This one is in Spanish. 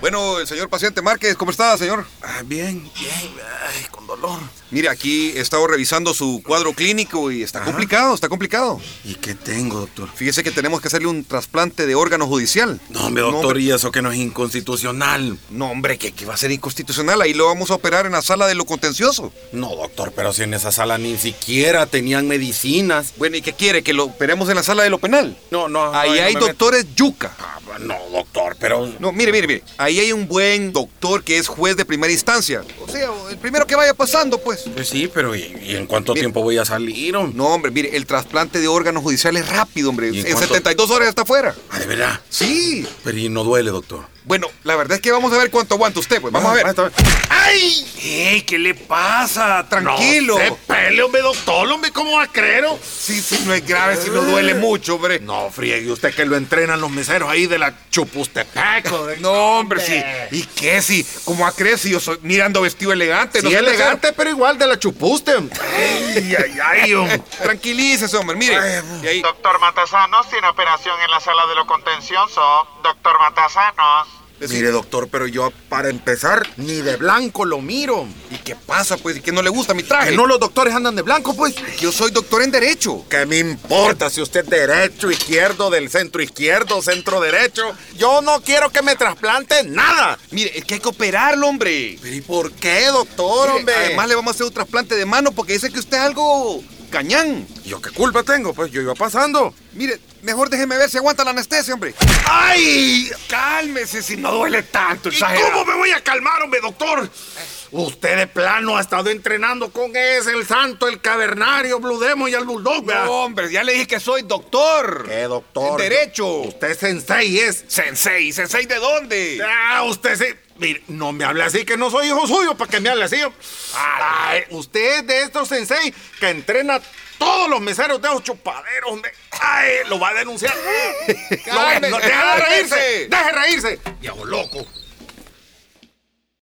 Bueno, el señor paciente Márquez, ¿cómo está, señor? Ah, bien, bien, ay, con dolor. Mire, aquí he estado revisando su cuadro clínico y está complicado, está complicado. ¿Y qué tengo, doctor? Fíjese que tenemos que hacerle un trasplante de órgano judicial. No, hombre, doctor, y eso que no es inconstitucional. No, hombre, que, que va a ser inconstitucional. Ahí lo vamos a operar en la sala de lo contencioso. No, doctor, pero si en esa sala ni siquiera tenían medicinas. Bueno, ¿y qué quiere? ¿Que lo operemos en la sala de lo penal? No, no. Ahí no, no hay me doctores yuca. meto. Ah, No, doctor, pero. No, mire, mire, mire. Ahí hay un buen doctor que es juez de primera instancia. O sea, el primero que vaya pasando, pues. Pues sí, pero ¿y, y en cuánto Mire. tiempo voy a salir? hom? No, hombre, mire, el trasplante de órganos judiciales es rápido, hombre. ¿Y en En cuánto? 72 horas está fuera. Ah, de verdad. Sí. Pero y no duele, doctor. Bueno, la verdad es que vamos a ver cuánto aguanta usted, pues. Vamos a ver. Ah, está- ¡Ay! Ey, ¿Qué le pasa? Tranquilo. No se pele, hombre, doctor, hombre, ¿cómo va a creer? oh? Sí, sí, no es grave, si no duele mucho, hombre. No, friegue, usted que lo entrenan los meseros ahí de la chupustepeco. de- No, hombre, sí. ¿Y qué si? ¿Cómo a creer si yo soy mirando vestido elegante? no Sí, soy elegante, pero igual de la chupuste. Ay, ay, ay, hombre. mesero? Tranquilícese, hombre, mire. Y ahí- Doctor Matasanos tiene operación en la sala de lo contencioso. Doctor Matasanos. Mire, doctor, pero yo para empezar, ni de blanco lo miro. ¿Y qué pasa, pues? ¿Y qué no le gusta mi traje? Que no los doctores andan de blanco, pues. Yo soy doctor en Derecho. ¿Qué me importa si usted es derecho, izquierdo, del centro izquierdo, centro derecho? Yo no quiero que me trasplante nada. Mire, es que hay que operarlo, hombre. ¿Pero y por qué, doctor, Mire, Además, le vamos a hacer un trasplante de mano porque dice que usted es algo cañán. ¿Yo qué culpa tengo? Pues yo iba pasando. Mire, mejor déjeme ver si aguanta la anestesia, hombre. ¡Ay! Cálmese si no duele tanto, ¿Y cómo me voy a calmar, hombre, doctor? Usted de plano ha estado entrenando con ese, el santo, el cavernario, Blue Demon y el Bulldog, ¿verdad? No, hombre, ya le dije que soy doctor. ¿Qué, doctor? En derecho. Usted es sensei es. Sensei, ¿sensei de dónde? Ah, usted sí. Mire, no me hable así, que no soy hijo suyo para que me hable así. Ay, usted es de estos sensei que entrena a todos los meseros de los chupaderos. hombre. Ay, lo va a denunciar. Lo va- no, deja de cálmese. reírse. Deje de reírse. Viejo loco.